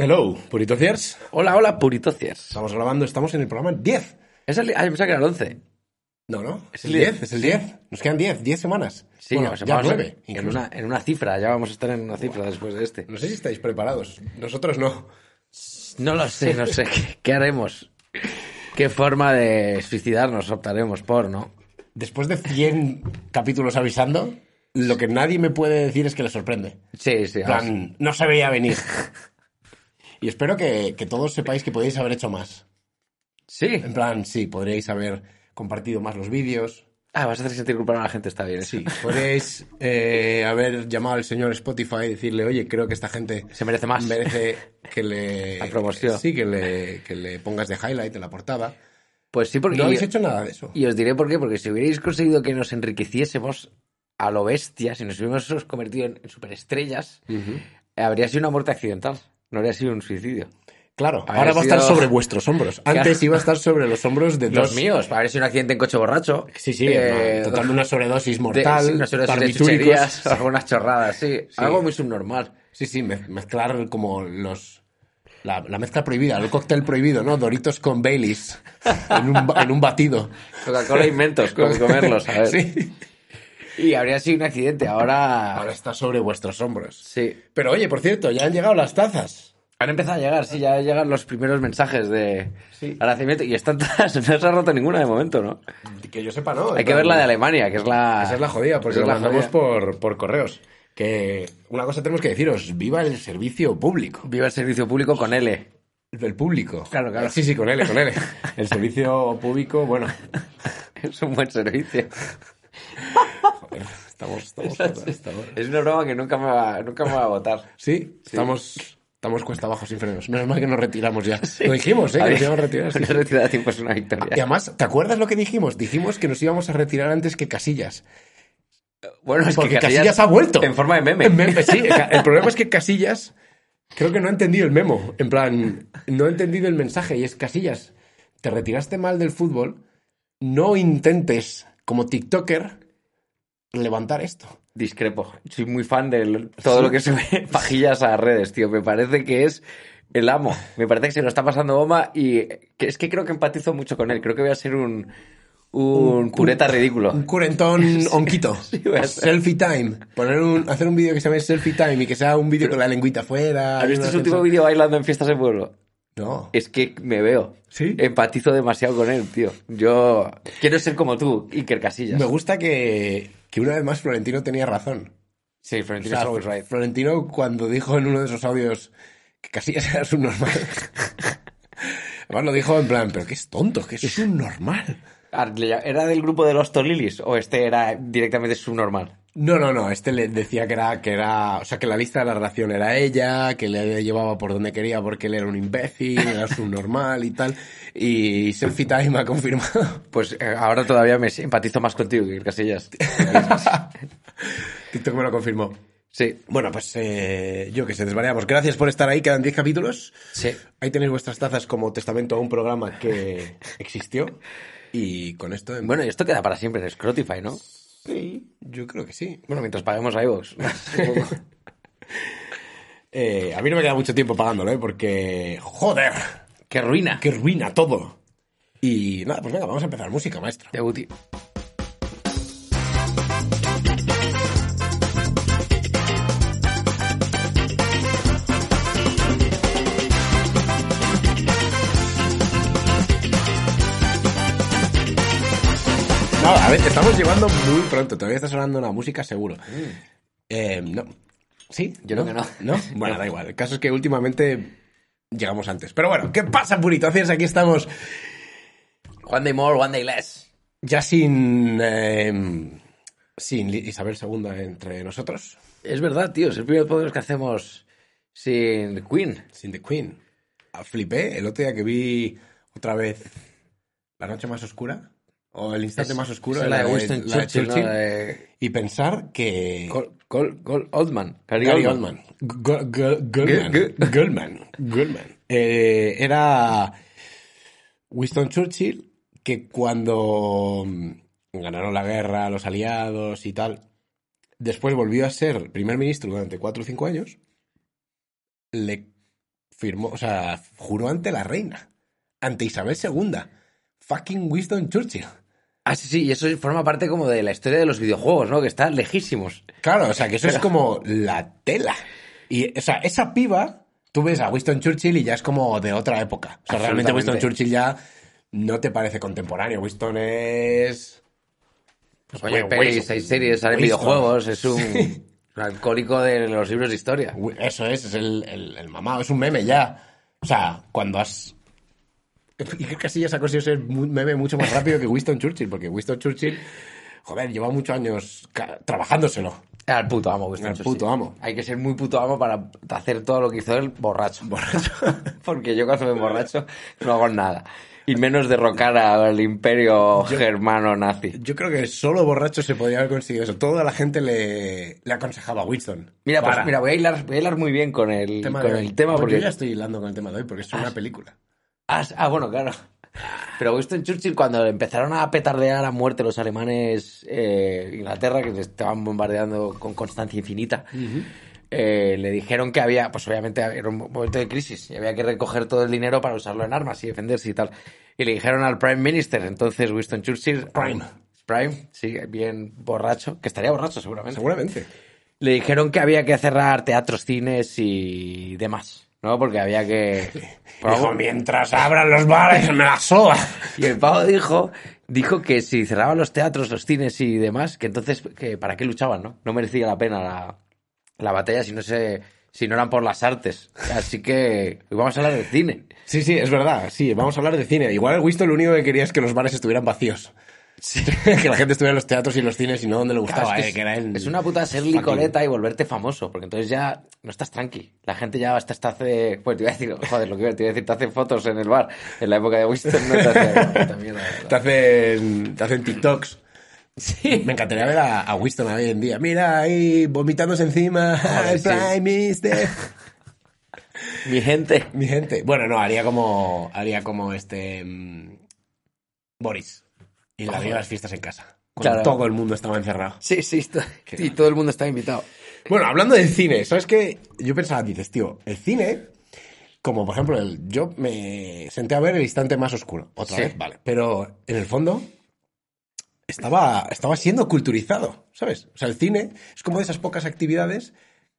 Hello, Puritociers. Hola, hola, puritociers. Estamos grabando, estamos en el programa 10. Es el, ah, yo pensaba que era el 11. No, no, es el el 10, es el 10. Nos quedan 10, 10 semanas. Sí, Bueno, o sea, ya vamos a- 9 en una, en una cifra, ya vamos a estar en una cifra después de este. No sé si estáis preparados. Nosotros no. No lo sé, no sé. ¿Qué, qué haremos? ¿Qué forma de suicidarnos optaremos por, no? Después de 100 capítulos avisando, lo que nadie me puede decir es que le sorprende. Sí, sí. En vamos. plan, no se veía venir. Y espero que, que todos sepáis que podéis haber hecho más. Sí. En plan, sí, podríais haber compartido más los vídeos. Ah, vas a hacer sentir culpable a la gente, está bien. Sí, podríais eh, haber llamado al señor Spotify y decirle, oye, creo que esta gente Se merece más. merece que le La promoción. sí que le, que le pongas de highlight en la portada Pues sí, porque... no habéis yo- hecho nada de eso Y os diré por qué, porque si hubierais conseguido que nos enriqueciésemos a lo bestia, si nos hubiéramos convertido en en superestrellas, habría sido una muerte accidental, no habría sido un suicidio. claro Habría ahora va a estar sido- sobre vuestros hombros antes iba a estar sobre los hombros de Los dos míos, habría sido un accidente en coche borracho. sí sí Eh, en plan, total una sobredosis de- mortal sí, unas horas de barbitúricos. chucherías, algunas chorradas, sí. Algo muy subnormal. sí sí me- mezclar como los la, la mezcla prohibida el cóctel prohibido no Doritos con Baileys en un, ba- en un batido Coca-Cola inventos, con comerlos, a ver. sí Y habría sido un accidente, ahora... ahora está sobre vuestros hombros Sí. pero oye por cierto ya han llegado las tazas Han empezado a llegar, sí, ya llegan los primeros mensajes de Sí. agradecimiento. Y están todas, no se ha roto ninguna de momento, ¿no? que yo sepa no En Hay que plan, ver la de Alemania, que es la. Esa es la jodida, porque esa lo es la mandamos jodida. por, por correos. Que una cosa tenemos que deciros, viva el servicio público. Viva el servicio público con L. Del público. Claro, claro. Sí, sí, con L, con L. El servicio público, bueno, Es un buen servicio. estamos... estamos, estamos- Es una broma que nunca me va, nunca me va a votar. sí, estamos... Estamos cuesta abajo sin frenos. Menos mal que nos retiramos ya. Lo dijimos, ¿eh? Que nos íbamos a retirar. sí. Una retirada a tiempo es una Y victoria. además, ¿te acuerdas lo que dijimos? Dijimos que nos íbamos a retirar antes que Casillas. Bueno, es Porque que Casillas, ha vuelto. En forma de meme. En meme, sí. Ca- El problema es que Casillas creo que no ha entendido el memo. En plan, no ha entendido el mensaje. Y es Casillas, te retiraste mal del fútbol. No intentes, como TikToker, levantar esto. Discrepo. Soy muy fan de todo lo que se ve pajillas a redes, tío. Me parece que es el amo. Me parece que se lo está pasando bomba y que es que creo que empatizo mucho con él. Creo que voy a ser un, un, cureta ridículo. Un curentón onquito. voy a hacer. selfie time. Poner un, hacer un vídeo que se llame selfie time y que sea un vídeo con la lengüita afuera. ¿Has visto una su último sensación- vídeo bailando en fiestas de pueblo? No. Es que me veo. ¿Sí? Empatizo demasiado con él, tío. Yo quiero ser como tú, Iker Casillas. Me gusta que, que una vez más Florentino tenía razón. Sí, Florentino O sea, Soul, right. Florentino cuando dijo en uno de esos audios que Casillas era subnormal. Además lo dijo en plan, pero que es tonto, que es subnormal. Ah, le llam- ¿Era del grupo de los Tolilis o este era directamente subnormal? No, no, no, este le decía que era, que era, o sea, que la lista de la relación era ella, que le llevaba por donde quería porque él era un imbécil, era subnormal y tal. Y Selfie Time ha confirmado Pues eh, ahora todavía me empatizo más contigo, Iker Casillas. TikTok me lo confirmó. Sí, Bueno, pues eh, yo que sé, desvariamos. Gracias por estar ahí, quedan 10 capítulos. sí. Ahí tenéis vuestras tazas como testamento a un programa que existió. Y con esto. en- Bueno, y esto queda para siempre en Spotify, ¿no? sí, yo creo que sí. Bueno, mientras paguemos iVoox. Eh, a mí no me queda mucho tiempo pagándolo, ¿eh? Porque. ¡Joder! ¡Qué ruina! ¡Qué ruina todo! Y nada, pues venga, vamos a empezar. Música, maestro. De Guti. No, a ver, estamos llevando muy pronto. Todavía está sonando una música, seguro. Eh, no. ¿Sí? Yo Mm. creo que no. Bueno, da igual. El caso es que últimamente llegamos antes. Pero bueno, ¿qué pasa, Haces Aquí estamos. One day more, one day less. Ya sin. eh, sin Li- Isabel II entre nosotros. Es verdad, tío. Es el primer podcast que hacemos sin Queen. Sin The Queen. Ah, flipé el otro día que vi otra vez La Noche Más Oscura o El Instante Más Oscuro. Esa es era la de Winston la de Churchill, ¿no? Churchill, La de Y pensar que. Col- Col- Col- Oldman. Gary Gary Oldman. Oldman. Gu- gu- Goldman. Gu- gu- Goldman. Goldman. Eh, era Winston Churchill que cuando mm, ganaron la guerra, los aliados y tal, después volvió a ser primer ministro durante cuatro o cinco años, le firmó, o sea, juró ante la reina, ante Isabel II. Fucking Winston Churchill. Ah, sí, sí, y eso forma parte como de la historia de los videojuegos, ¿no? Que están lejísimos. Claro, o sea, que eso es como la tela. Y, o sea, esa piba, tú ves a Winston Churchill y ya es como de otra época. O sea, realmente Winston Absolutamente. Churchill ya no te parece contemporáneo. Winston es... Oye, mm, Winston- pelis, Pues hay series, hay Winston. videojuegos, es un, un alcohólico de los libros de historia. Wi- Eso es, es el, el, el mamado, es un meme ya. O sea, cuando has... Iker Casillas ha conseguido ser un meme mucho más rápido que Winston Churchill, porque Winston Churchill, joder, lleva muchos años ca- trabajándoselo. Al puto amo, Winston Al Churchill. puto amo. Hay que ser muy puto amo para hacer todo lo que hizo él borracho. Borracho. Porque yo cuando me emborracho no hago nada. Y menos derrocar al imperio germano nazi. Yo creo que solo borracho se podría haber conseguido eso. Toda la gente le, le aconsejaba a Winston. Mira, pues Para. mira, voy a hilar, voy a hilar muy bien con el Tema con de hoy. el tema Bueno, Pues porque Yo ya estoy hilando con el tema de hoy porque es una película. Ah, s- ah, bueno, claro. Pero Winston Churchill, cuando empezaron a petardear a muerte los alemanes eh, Inglaterra, que les estaban bombardeando con constancia infinita, eh, le dijeron que había, pues obviamente era un momento de crisis y había que recoger todo el dinero para usarlo en armas y defenderse y tal. Y le dijeron al Prime Minister, entonces Winston Churchill. Prime. Prime, sí, bien borracho, que estaría borracho seguramente. Seguramente. Le dijeron que había que cerrar teatros, cines y demás, ¿no? Porque había que. por Dijo, algún- mientras abran los bares me la soba. y el pavo dijo, dijo que si cerraban los teatros, los cines y demás, que entonces, que ¿para qué luchaban, no? No merecía la pena la, la batalla si no se, si no eran por las artes. Así que hoy vamos a hablar de cine. Sí, sí, es verdad. Sí, vamos a hablar de cine. Igual el Winston lo único que quería es que los bares estuvieran vacíos. que la gente estuviera en los teatros y en los cines y no donde le gustaba. Claro, es, que eh, es- que era en- es una puta ser fucking- licoreta y volverte famoso, porque entonces ya no estás tranqui. La gente ya hasta, hasta hace. Bueno, te iba a decir, joder, lo que iba a te iba a decir, te hacen fotos en el bar. En la época de Winston no te hacían puta mierda, la verdad. Te hacen, te hacen TikToks. Sí. Me encantaría ver a, a Winston hoy en día. Mira, ahí vomitándose encima. el sí. Prime Minister. Mi gente. Mi gente. Bueno, no, haría como. Haría como este. mm, Boris. Y la vida de las fiestas en casa. Cuando eh. Claro. todo el mundo estaba encerrado. Sí, sí, esto- y todo el mundo está invitado. Bueno, hablando del cine, ¿sabes qué? Yo pensaba, dices, tío, el cine. Como por ejemplo, el- yo me senté a ver el instante más oscuro. Otra Sí. vez, vale. Pero en el fondo. Estaba, estaba siendo culturizado, ¿sabes? O sea, el cine es como de esas pocas actividades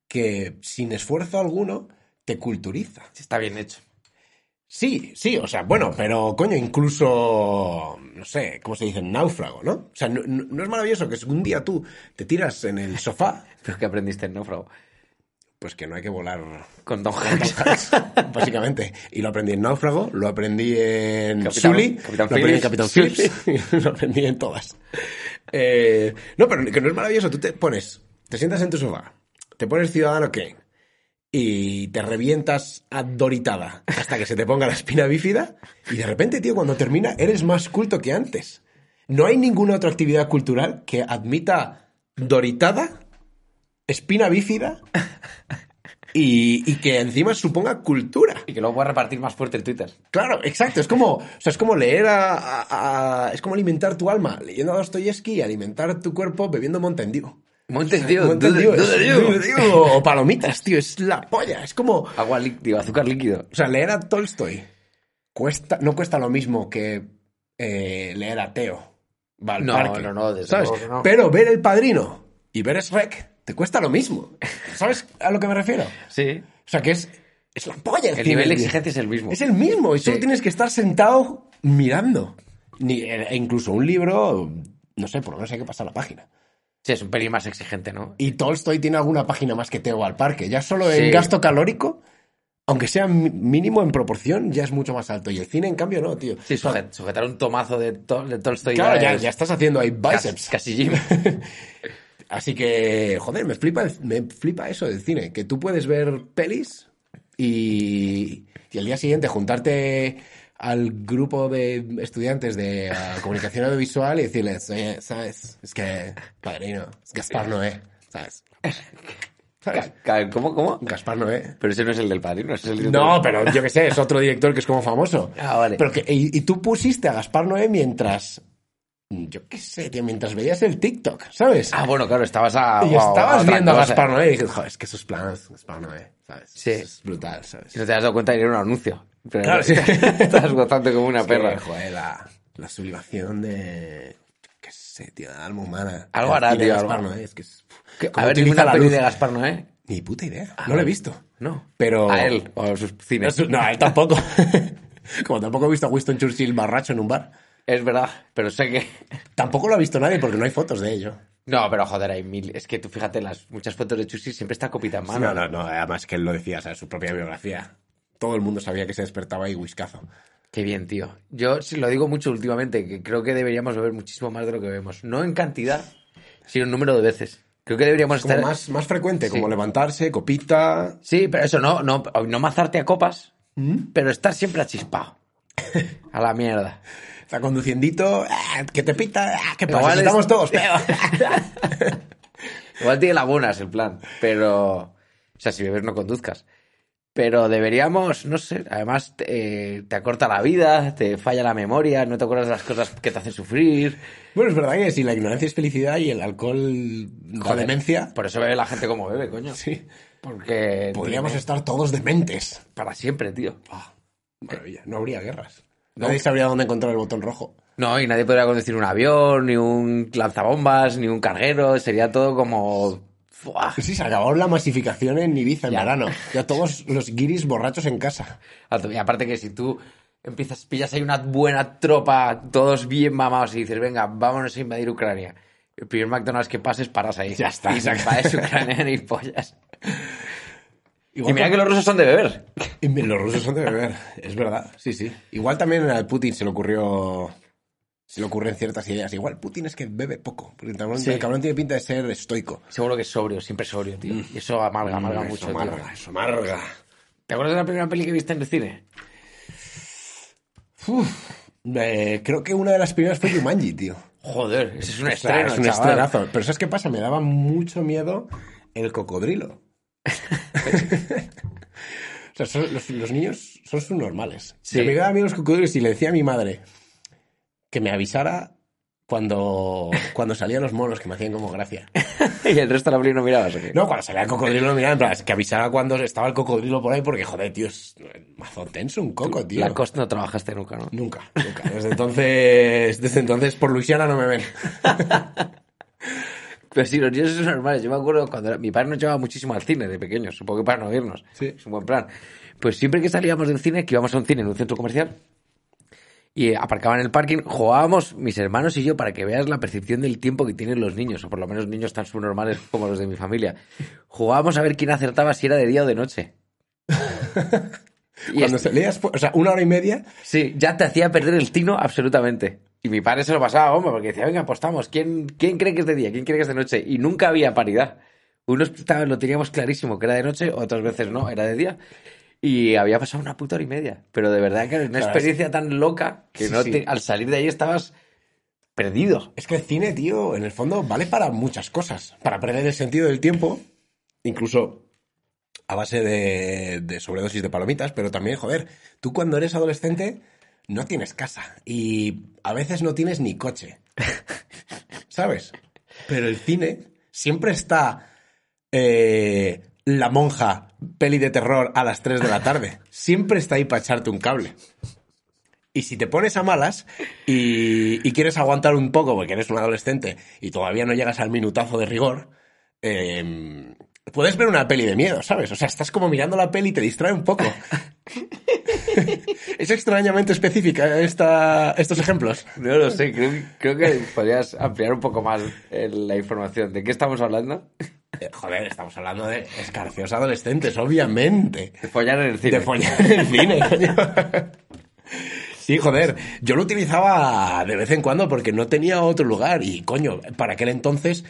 que sin esfuerzo alguno te culturiza. Está bien hecho. Sí, sí, o sea, bueno, pero coño, incluso, no sé, ¿cómo se dice? Náufrago, ¿no? O sea, no, no- no es maravilloso que si un día tú te tiras en el sofá, Pero que aprendiste en náufrago. pues que no hay que volar, Con Tom Hanks. básicamente. Y lo aprendí en Náufrago, lo aprendí en Capitán- Sully, Capitán lo aprendí en Phillips. Capitán Sully. Phillips, y lo aprendí en todas. Eh, no, pero que no es maravilloso, tú te pones, te sientas en tu sofá, te pones Ciudadano Kane y te revientas adoritada hasta que se te ponga la espina bífida y de repente, tío, cuando termina eres más culto que antes. No hay ninguna otra actividad cultural que admita doritada, espina bífida y, y que encima suponga cultura. Y que luego puedas repartir más fuerte en Twitter. Claro, exacto. Es como, o sea, es como leer a, a- a- Es como alimentar tu alma leyendo a Dostoyevsky y alimentar tu cuerpo bebiendo Mountain Dew. Montes, tío. Mountain Dew es- Dew, Agua Dew, o palomitas, tío. Es la polla. Es como... líquida, azúcar líquido. O sea, leer a Tolstoy cuesta, no cuesta lo mismo que eh, leer a Teo. Va al No, parque, no, no, desde ¿sabes? luego que no. Pero ver El Padrino y ver Shrek te cuesta lo mismo. ¿Sabes a lo que me refiero? O Sí. sea, que es, es la polla. El cine, nivel de tío. exigencia es el mismo. Es el mismo y solo Sí. tienes que estar sentado mirando. Ni, e incluso un libro, no sé, por lo menos hay que pasar la página. Sí, es un pelín más exigente, ¿no? Y Tolstoy tiene alguna página más que Teo al parque. Ya solo el Sí. gasto calórico, aunque sea mi- mínimo en proporción, ya es mucho más alto. Y el cine, en cambio, no, tío. Sí, sujet- sujetar un tomazo de, to- de Tolstoy. Claro, ya, es ya estás haciendo ahí casi- bíceps. Casi gym. Así que, joder, me flipa, el- me flipa eso del cine, que tú puedes ver pelis y, y el día siguiente juntarte al grupo de estudiantes de uh, comunicación audiovisual y decirles, oye, ¿sabes? Es que, padrino, es Gaspar Noé, ¿sabes? ¿Sabes? Ca- ¿Cómo? ¿Cómo? Gaspar Noé. Pero ese no es el del padrino, ese es el No, pero yo qué sé, es otro director que es como famoso. Ah, vale. Pero que, y, y tú pusiste a Gaspar Noé mientras, yo qué sé, tío, mientras veías el TikTok, ¿sabes? Ah, bueno, claro, estabas a. y a- estabas otra viendo a cosa. Gaspar Noé y dije, joder, es que esos planos, Gaspar Noé, ¿sabes? Sí. Es brutal, ¿sabes? Si no te has dado cuenta, era un anuncio. Pero Claro, sí. Estás gozando como una Es que, perra. joder, la, la sublimación de. qué sé, tío, de la alma humana. Algo hará, Y de tío, Gaspar algo. Noé, es que es- Que- A cómo ver, dime utiliza la una peli luz. de Gaspar Noé. Ni puta idea. no lo he visto. No. Pero. A él, o a sus No, cines. su- no, a él tampoco. Como tampoco he visto a Winston Churchill barracho en un bar. Es verdad, pero sé que. Tampoco lo ha visto nadie porque no hay fotos de ello. No, pero joder, hay mil. Es que tú fíjate, las muchas fotos de Chusi siempre está copita en no, mano. no, no. Además que él lo decía, o sea, su propia biografía. Todo el mundo sabía que se despertaba y whiskazo. Qué bien, tío. Yo sí lo digo mucho últimamente, que creo que deberíamos beber muchísimo más de lo que vemos. No en cantidad, sino en número de veces. Creo que deberíamos Como estar. más, más frecuente, Sí. como levantarse, copita. Sí, pero eso, no, no, no mazarte a copas, pero estar siempre achispado. A la mierda. Está conduciendito, ah, que te pita, ah, que Igual pasa, es- estamos todos. pero- Igual tiene la buenas el plan, pero. O sea, si bebes no conduzcas. Pero deberíamos, no sé, además eh, te acorta la vida, te falla la memoria, no te acuerdas de las cosas que te hacen sufrir. Bueno, es verdad que si la ignorancia es felicidad y el alcohol la Joder, demencia, Por eso bebe la gente como bebe, coño. sí, Porque. podríamos tiene- estar todos dementes. Para siempre, tío. Maravilla, no habría guerras. Nadie sabría dónde encontrar el botón rojo. No, y nadie podría conducir un avión, ni un lanzabombas, ni un carguero. Sería todo como. ¡Fua! Sí, se acabó la masificación en Ibiza en Ya. verano. Ya todos los guiris borrachos en casa. A tu- Y aparte que si tú empiezas, pillas ahí una buena tropa, todos bien mamados y dices, venga, vámonos a invadir Ucrania. El primer McDonald's que pases, paras ahí. Ya está. Y se invades Ucrania y pollas. Igual y mira tam- que los rusos son de beber. y me- los rusos son de beber, es verdad. Sí, sí. Igual también a Putin se le ocurrió... Se le ocurren ciertas ideas. Igual Putin es que bebe poco. Porque el cabrón, Sí. el cabrón tiene pinta de ser estoico. Seguro que es sobrio, siempre sobrio, tío. Y Mm. eso amarga, amarga Eso mucho, tío. amarga, eso amarga. ¿Te acuerdas de la primera peli que viste en el cine? Eh, creo que una de las primeras fue Jumanji, tío. Joder, ese es un O sea, estreno, es un chaval. estrenazo. Pero ¿sabes qué pasa? Me daba mucho miedo el cocodrilo. o sea, son- los, los niños son subnormales. Sí. Sí. Me daba miedo los cocodrilos y le decía a mi madre que me avisara cuando, cuando salían los monos, que me hacían como gracia. y el resto de la peli no mirabas, ¿o qué? No, cuando salía el cocodrilo, mira, en plan, es que avisara cuando estaba el cocodrilo por ahí, porque joder, tío, es mazo tenso un coco, tío. La costa no trabajaste nunca, ¿no? Nunca, nunca. Desde entonces, desde entonces por Luisiana no me ven. Pero sí, los niños son normales. Yo me acuerdo cuando era- mi padre nos llevaba muchísimo al cine de pequeños, supongo que para no irnos. Sí. Es un buen plan. Pues siempre que salíamos del cine, que íbamos a un cine en un centro comercial y eh, aparcaban en el parking, jugábamos mis hermanos y yo para que veas la percepción del tiempo que tienen los niños, o por lo menos niños tan subnormales como los de mi familia. Jugábamos a ver quién acertaba si era de día o de noche. Y Cuando es- salías, o sea, una hora y media, Sí, ya te hacía perder el tino absolutamente. Y mi padre se lo pasaba bomba porque decía, venga, apostamos, ¿quién, quién cree que es de día? ¿Quién cree que es de noche? Y nunca había paridad. Unos estaban- lo teníamos clarísimo que era de noche, otras veces no, era de día. Y había pasado una puta hora y media. Pero de verdad que era una Claro, experiencia tan loca que Sí, no sí. te- al salir de ahí estabas perdido. Es que el cine, tío, en el fondo vale para muchas cosas. Para perder el sentido del tiempo, incluso a base de, de sobredosis de palomitas, pero también, joder, tú cuando eres adolescente no tienes casa y a veces no tienes ni coche. ¿Sabes? Pero el cine siempre está eh, la monja, peli de terror a las 3 de la tarde. Siempre está ahí para echarte un cable. Y si te pones a malas y, y quieres aguantar un poco porque eres un adolescente y todavía no llegas al minutazo de rigor, eh, puedes ver una peli de miedo, ¿sabes? O sea, estás como mirando la peli y te distrae un poco. es extrañamente específica esta, estos ejemplos. No lo sé, creo, creo que podrías ampliar un poco más eh, la información. ¿De qué estamos hablando? Eh, Joder, estamos hablando de escarcios adolescentes, obviamente. De follar en el cine. De follar en el cine, coño. Sí, joder, yo lo utilizaba de vez en cuando porque no tenía otro lugar y, coño, para aquel entonces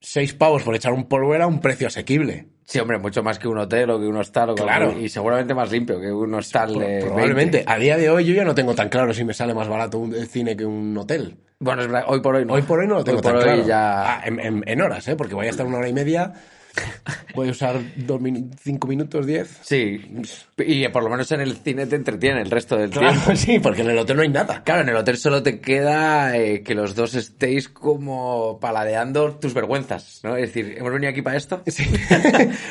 seis pavos por echar un polvo era un precio asequible. Sí, hombre, mucho más que un hotel o que un hostal. o que Claro. algo- y seguramente más limpio que un hostal de Probablemente. 20. A día de hoy yo ya no tengo tan claro si me sale más barato un el cine que un hotel. Bueno, es verdad, hoy por hoy no. Hoy por hoy no lo tengo por tan hoy claro. ya- Ah, en, en- en horas, ¿eh? Porque voy a estar una hora y media. Voy a usar dos minu- cinco minutos, diez. Sí. Y por lo menos en el cine te entretiene el resto del tiempo. Claro, sí, porque en el hotel no hay nada. Claro, en el hotel solo te queda eh, que los dos estéis como paladeando tus vergüenzas, ¿no? Es decir, ¿hemos venido aquí para esto? Sí.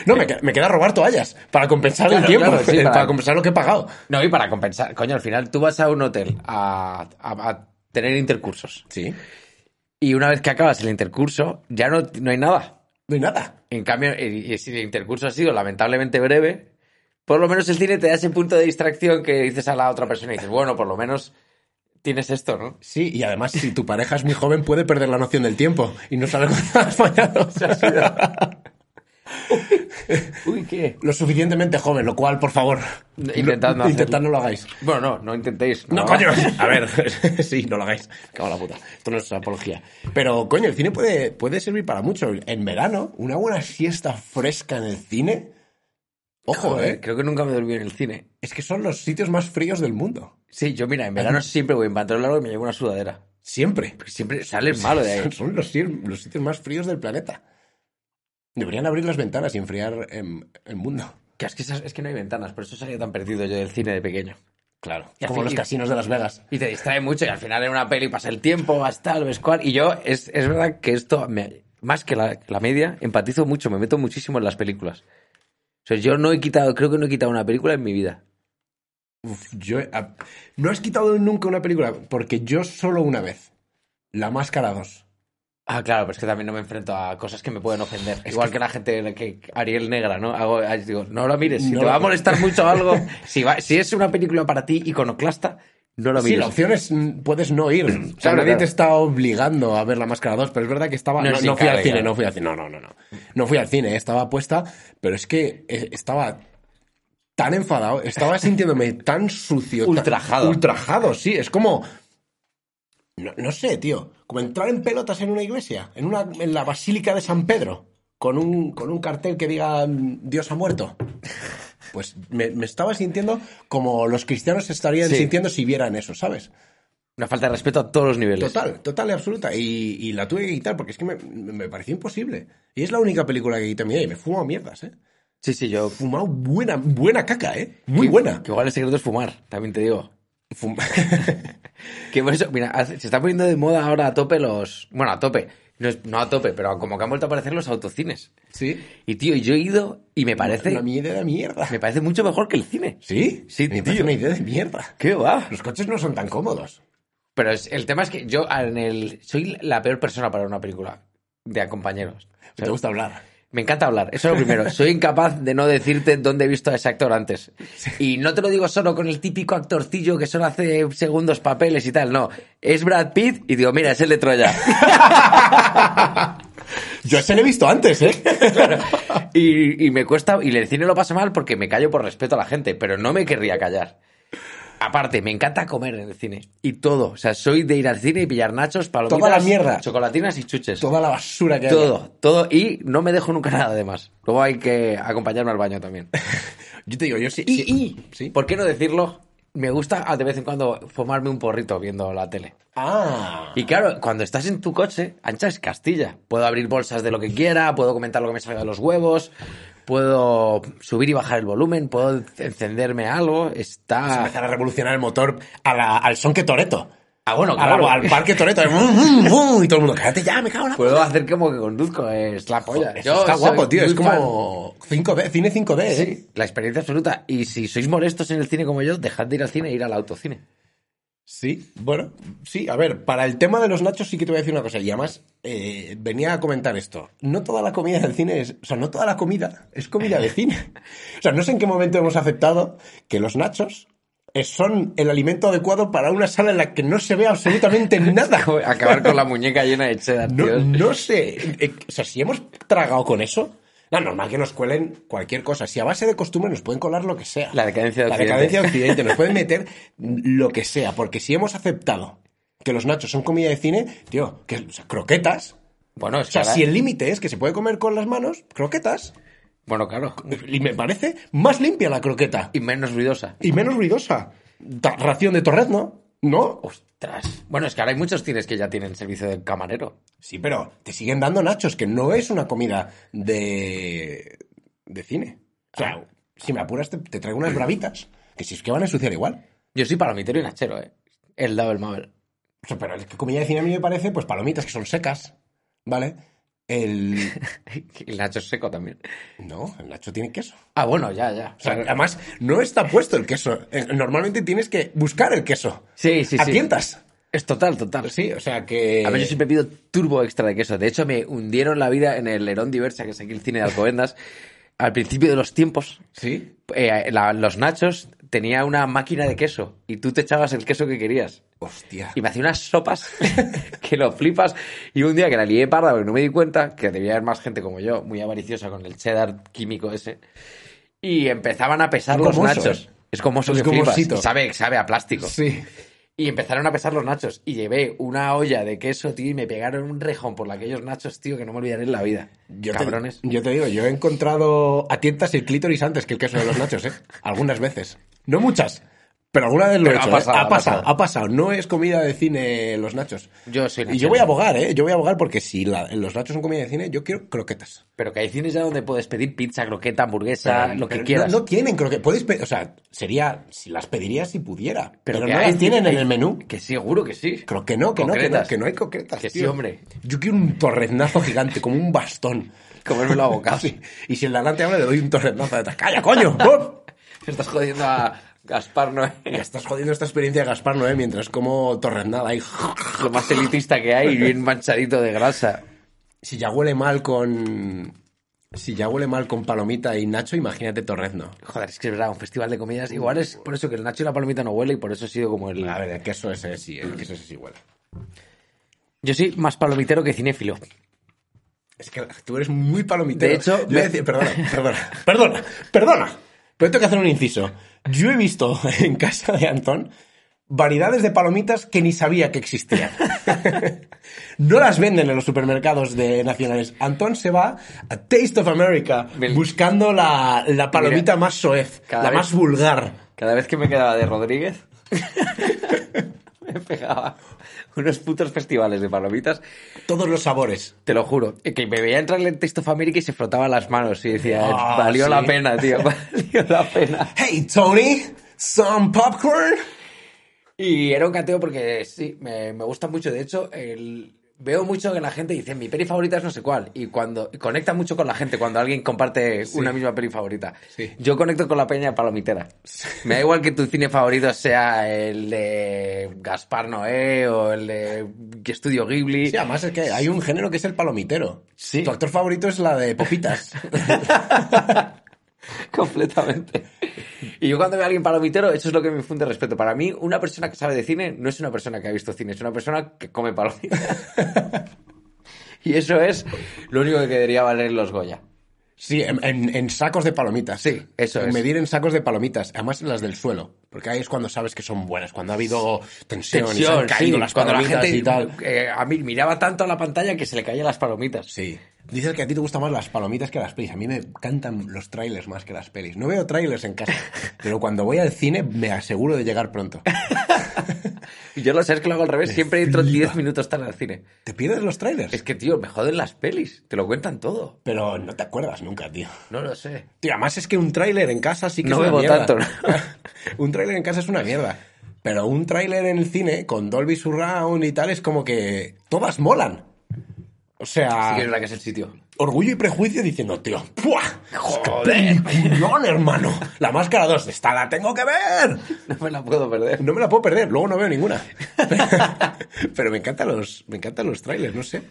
no, me, queda- me queda robar toallas para compensar Eh, Claro, el tiempo, claro, sí, para... para- compensar lo que he pagado. No, y para compensar. Coño, al final tú vas a un hotel a, a- a tener intercursos. Sí. Y una vez que acabas el intercurso, ya no, no hay nada. No hay nada. En cambio, y- y si el intercurso ha sido lamentablemente breve, por lo menos el cine te da ese punto de distracción que dices a la otra persona y dices, bueno, por lo menos tienes esto, ¿no? Sí, y además si tu pareja es muy joven puede perder la noción del tiempo y no saber cuándo has fallado. Uy, ¿qué? lo suficientemente joven, lo cual, por favor, Intentad no no, intentad hacerlo. no lo hagáis. Bueno, no, no intentéis. No, coño. A ver, sí, no lo hagáis. Cago en la puta. Esto no es apología. Pero, coño, el cine puede, puede servir para mucho. En verano, una buena siesta fresca en el cine. Ojo, Joder, eh. creo que nunca me dormí en el cine. Es que son los sitios más fríos del mundo. Sí, yo mira, en verano siempre voy en pantalón largo y me llevo una sudadera. Siempre. Porque siempre sales malo de ahí. Son los, sir- los sitios más fríos del planeta. Deberían abrir las ventanas y enfriar em, el mundo. Que es, que esas- es que no hay ventanas, por eso salía tan perdido yo del cine de pequeño. Claro. Y Como así- los casinos de Las Vegas. Y te distrae mucho y al final en una peli pasa el tiempo, vas tal, ves cual. Y yo, es, es verdad que esto, me- más que la, la media, empatizo mucho, me meto muchísimo en las películas. O sea, yo no he quitado, creo que no he quitado una película en mi vida. Uf, yo he- a- no has quitado nunca una película, porque yo solo una vez. La Máscara 2. Ah, claro, pero es que también no me enfrento a cosas que me pueden ofender. Igual que... la gente, que Ariel Negra, ¿no? Hago, ah, digo, no la mires, si No te la- va a molestar mucho algo, si, va- si es una película para ti iconoclasta, no la Sí, mires. la opción es mm, puedes no ir. O sea, Claro, nadie claro. te está obligando a ver La Máscara 2, pero es verdad que estaba. No, No, sí, no fui claro, al cine, claro. no fui al cine. No, no, no, no. No fui al cine, estaba puesta, pero es que eh, estaba tan enfadado, estaba sintiéndome tan sucio. tan- Ultrajado. ultrajado, sí. Es como. No, no sé, tío. Como entrar en pelotas en una iglesia, en, una, en la Basílica de San Pedro, con un, con un cartel que diga mm, Dios ha muerto. Pues me, me estaba sintiendo como los cristianos se estarían Sí. sintiendo si vieran eso, ¿sabes? Una falta de respeto a todos los niveles. Total, total y absoluta. Y, y la tuve que quitar porque es que me, me pareció imposible. Y es la única película que quité en mi vida y me he fumado mierdas, ¿eh? Sí, sí, yo... He fumado buena, buena caca, ¿eh? Muy buena. Que igual el secreto es fumar, también te digo. Fum- Que por eso, mira, hace- se está poniendo de moda ahora a tope los. Bueno, a tope. No, es- no a tope, pero como que han vuelto a aparecer los autocines. sí. Y tío, yo he ido y me parece. Una idea de mierda. Me parece mucho mejor que el cine. ¿Sí? Sí, me tío. parece una idea de mierda. ¿Qué va? Los coches no son tan cómodos. Pero es- el tema es que yo en el, soy la peor persona para una película de acompañeros. O sea, Te gusta hablar. Me encanta hablar, eso es lo primero. Soy incapaz de no decirte dónde he visto a ese actor antes. Y no te lo digo solo con el típico actorcillo que solo hace segundos papeles y tal, no. Es Brad Pitt y digo, mira, es el de Troya. Yo se lo he visto antes, ¿eh? Y, y me cuesta, y el cine lo paso mal porque me callo por respeto a la gente, pero no me querría callar. Aparte, me encanta comer en el cine. Y todo. O sea, soy de ir al cine y pillar nachos, palomitas, Toda la mierda. chocolatinas y chuches. Toda la basura que hay. todo, todo. Y no me dejo nunca nada de más. Luego hay que acompañarme al baño también. Yo te digo, yo sí. Y, sí- y, ¿Sí? ¿por qué no decirlo? Me gusta ah, de vez en cuando fumarme un porrito viendo la tele. Ah. Y claro, cuando estás en tu coche, ancha es Castilla. Puedo abrir bolsas de lo que quiera, puedo comentar lo que me salga de los huevos, puedo subir y bajar el volumen, puedo encenderme algo. Vas a Está. empezar a revolucionar el motor a la- al son que Toreto. Ah, bueno, A la- claro. al parque Toreto. Y todo el mundo, cállate ya, me cago en la Puedo hacer como que conduzco, es la polla. Eso Yo está soy guapo, tío. muy Es como 5D, cine 5D, ¿eh? fan. Sí, la experiencia absoluta. Y si sois molestos en el cine como yo, dejad de ir al cine e ir al autocine. Sí, bueno, sí, a ver, para el tema de los nachos sí que te voy a decir una cosa, y además eh, venía a comentar esto. No toda la comida del cine es, o sea, no toda la comida es comida de cine. O sea, no sé en qué momento hemos aceptado que los nachos eh, son el alimento adecuado para una sala en la que no se ve absolutamente nada. Acabar con la muñeca llena de cheddar, No, tío. no sé. eh, O sea, si hemos tragado con eso, la normal que nos cuelen cualquier cosa. Si a base de costumbre nos pueden colar lo que sea. La decadencia de La Occidente. decadencia de Occidente. Nos pueden meter lo que sea. Porque si hemos aceptado que los nachos son comida de cine, tío, que o sea, croquetas. Bueno, es O sea, que ahora- si el límite es que se puede comer con las manos, croquetas, Bueno, claro. y me parece más limpia la croqueta Y menos ruidosa. y menos ruidosa. Ta- ración de torrezno, ¿no? Ostras. Bueno, es que ahora hay muchos cines que ya tienen servicio de camarero. Sí, pero te siguen dando nachos, que no es una comida de, de cine. O sea, si me apuras, te, te traigo unas bravitas, que si es que van a ensuciar igual. Yo soy palomitero y nachero, ¿eh? El double mabel. O sea, pero el que comida de cine a mí me parece, pues palomitas que son secas, ¿vale? El... El nacho es seco también. No, el nacho tiene queso. Ah, bueno, ya, ya. O sea, además, no está puesto el queso. Eh, Normalmente tienes que buscar el queso. Sí, sí, a sí. tientas. Es total, total. Sí, o sea que... A ver, yo siempre pido turbo extra de queso. De hecho, me hundieron la vida en el Herón Diversa, que es aquí el cine de Alcobendas. Al principio de los tiempos, Sí. eh, la- los nachos tenía una máquina de queso y tú te echabas el queso que querías. Hostia. Y me hacía unas sopas que lo flipas. Y un día que la lié parda porque no me di cuenta, que debía haber más gente como yo, muy avariciosa con el cheddar químico ese. Y empezaban a pesar Es los gomoso, nachos. ¿eh? Es como eso Es que flipas. gomosito. Y sabe, sabe a plástico. Sí. Y empezaron a pesar los nachos. Y llevé una olla de queso, tío, y me pegaron un rejón por aquellos nachos, tío, que no me olvidaré en la vida. Yo Cabrones. Te, yo te digo, yo he encontrado a tientas el clítoris antes que el queso de los nachos, ¿eh? Algunas veces. No muchas, pero alguna vez lo Pero he ha hecho. ¿eh? pasado, ha ha pasado, pasado. ha pasado. No es comida de cine los nachos. Yo soy Y nachero. yo voy a abogar, ¿eh? Yo voy a abogar porque si la- los nachos son comida de cine, yo quiero croquetas. Pero que hay cines ya donde puedes pedir pizza, croqueta, hamburguesa, lo que Pero quieras. No, no tienen croquetas. Podéis pe- o sea, sería, si las pediría si pudiera. Pero, que no hay- las tienen hay- en el menú. Que seguro que sí. Creo que no, que no, que no, Concretas. que no hay croquetas. Que sí, tío. hombre. Yo quiero un torreznazo gigante, como un bastón. Comérmelo a bocados. Sí. Y si el delante habla, le doy un torreznazo detrás. ¡Calla, coño! ¡Oh! Me Estás jodiendo a Gaspar Noé. Ya estás jodiendo esta experiencia de Gaspar Noé mientras como torreznada ahí. Lo más elitista que hay, bien manchadito de grasa. Si ya huele mal con... Si ya huele mal con palomita y nacho, imagínate torrezno. Joder, es que es verdad, un festival de comidas. Igual es por eso que el Nacho y la palomita no huele y por eso ha sido como el. A ver, el queso ese sí, el queso ese sí huele. Yo soy más palomitero que cinéfilo. Es que tú eres muy palomitero. De hecho, Yo me- decía- perdona, perdona, perdona, perdona. Pero tengo que hacer un inciso. Yo he visto en casa de Antón variedades de palomitas que ni sabía que existían. no las venden en los supermercados de nacionales. Antón se va a Taste of America Vel- buscando la, la palomita más soez, cada la vez- más vulgar. Cada vez que me quedaba de Rodríguez, me pegaba unos putos festivales de palomitas. Todos los sabores. Te lo juro. Que me veía entrar en el texto Family y se frotaba las manos y decía, Ah, valió sí. la pena, tío, valió la pena. Hey, Tony, some popcorn. Y era un cateo porque sí, me, me gusta mucho. De hecho, el- veo mucho que la gente dice, mi peli favorita es no sé cuál. Y cuando y conecta mucho con la gente cuando alguien comparte una misma peli favorita. Sí. Yo conecto con la peña palomitera. Me da igual que tu cine favorito sea el de Gaspar Noé o el de Estudio Ghibli. Sí, además es que hay un género que es el palomitero. Sí. Tu actor favorito es la de Popitas. Completamente. Y yo cuando veo a alguien palomitero, eso es lo que me infunde respeto. Para mí, una persona que sabe de cine no es una persona que ha visto cine, es una persona que come palomitas. y eso es lo único que debería valer los Goya. Sí, en, en- en sacos de palomitas. Sí, eso En es. Medir en sacos de palomitas, además las del suelo, porque ahí es cuando sabes que son buenas, cuando ha habido tensión, y se han caído sí, las cuando la palomitas gente y tal. eh, a mí miraba tanto a la pantalla que se le caían las palomitas. Sí. Dices que a ti te gustan más las palomitas que las pelis. A mí me encantan los trailers más que las pelis. No veo trailers en casa, pero cuando voy al cine me aseguro de llegar pronto. Y yo lo sé, es que lo hago al revés, siempre entro flipa. 10 minutos tarde al cine. ¿Te pierdes los trailers? Es que, tío, me joden las pelis, te lo cuentan todo. Pero no te acuerdas nunca, tío. No lo sé. Tío, además es que un tráiler en casa sí que No es una bebo mierda. tanto, ¿no? un tráiler en casa es una mierda. Pero un tráiler en el cine con Dolby Surround y tal es como que todas molan. O sea, Sí que es verdad que es el sitio. orgullo y prejuicio diciendo, tío, ¡puah! ¡Joder! peliculón, hermano! La Máscara 2, esta la tengo que ver. No me la puedo perder. No me la puedo perder, luego no veo ninguna. Pero me encantan los, me encantan los trailers, no sé.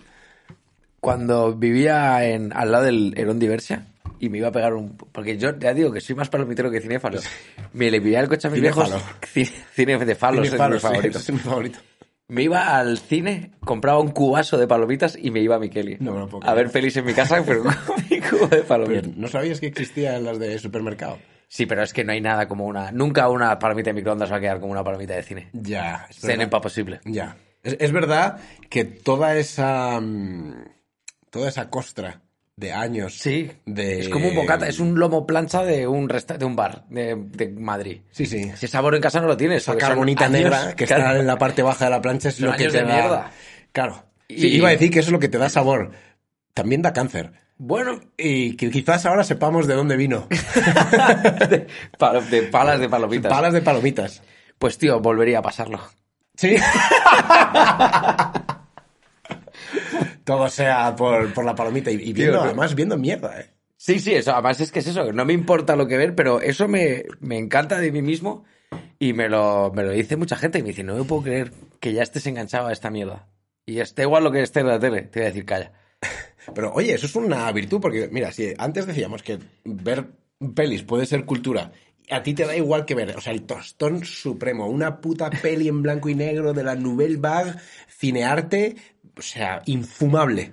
cuando vivía en, al lado del Herón Diversia y me iba a pegar un... Porque yo ya digo que soy más palomitero que cinéfalo. Me le pillaba el coche a mis viejos... Cinéfalo. Cine, cine de falos, es mi Cinefalos, sí, favorito. ese es mi favorito. Me iba al cine, compraba un cubazo de palomitas y me iba a Mikeli. No me lo puedo a ver creer. pelis en mi casa, pero con mi cubo de palomitas. Pero no sabías que existían las de supermercado. Sí, pero es que no hay nada como una... Nunca una palomita de microondas va a quedar como una palomita de cine. Ya. es Zen verdad. en posible. Ya. Es, es verdad que toda esa. mm, toda esa costra de años. Sí. de- Es como un bocata, es un lomo plancha de un, resta- de un bar de, de Madrid. Sí, sí. Ese sabor en casa no lo tienes. Esa porque son carbonita años, negra que claro. está en la parte baja de la plancha es Son lo que años te de da... mierda. Claro. Sí, Y- iba a decir que eso es lo que te da sabor. También da cáncer. Bueno, Y que quizás ahora sepamos de dónde vino. de, palo- de palas de palomitas. Palas de palomitas. Pues tío, volvería a pasarlo. Sí. Todo sea por, por la palomita y, y viendo, Tío, no. además viendo mierda, eh. Sí, sí, eso. Además es que es eso, que no me importa lo que ver, pero eso me, me encanta de mí mismo y me lo, me lo dice mucha gente y me dice, no me puedo creer que ya estés enganchado a esta mierda. Y está igual lo que esté en la tele. Te voy a decir, calla. Pero oye, eso es una virtud, porque mira, si antes decíamos que ver pelis puede ser cultura, a ti te da igual que ver, o sea, el tostón supremo, una puta peli en blanco y negro de la Nouvelle Vague, cinearte, o sea, infumable.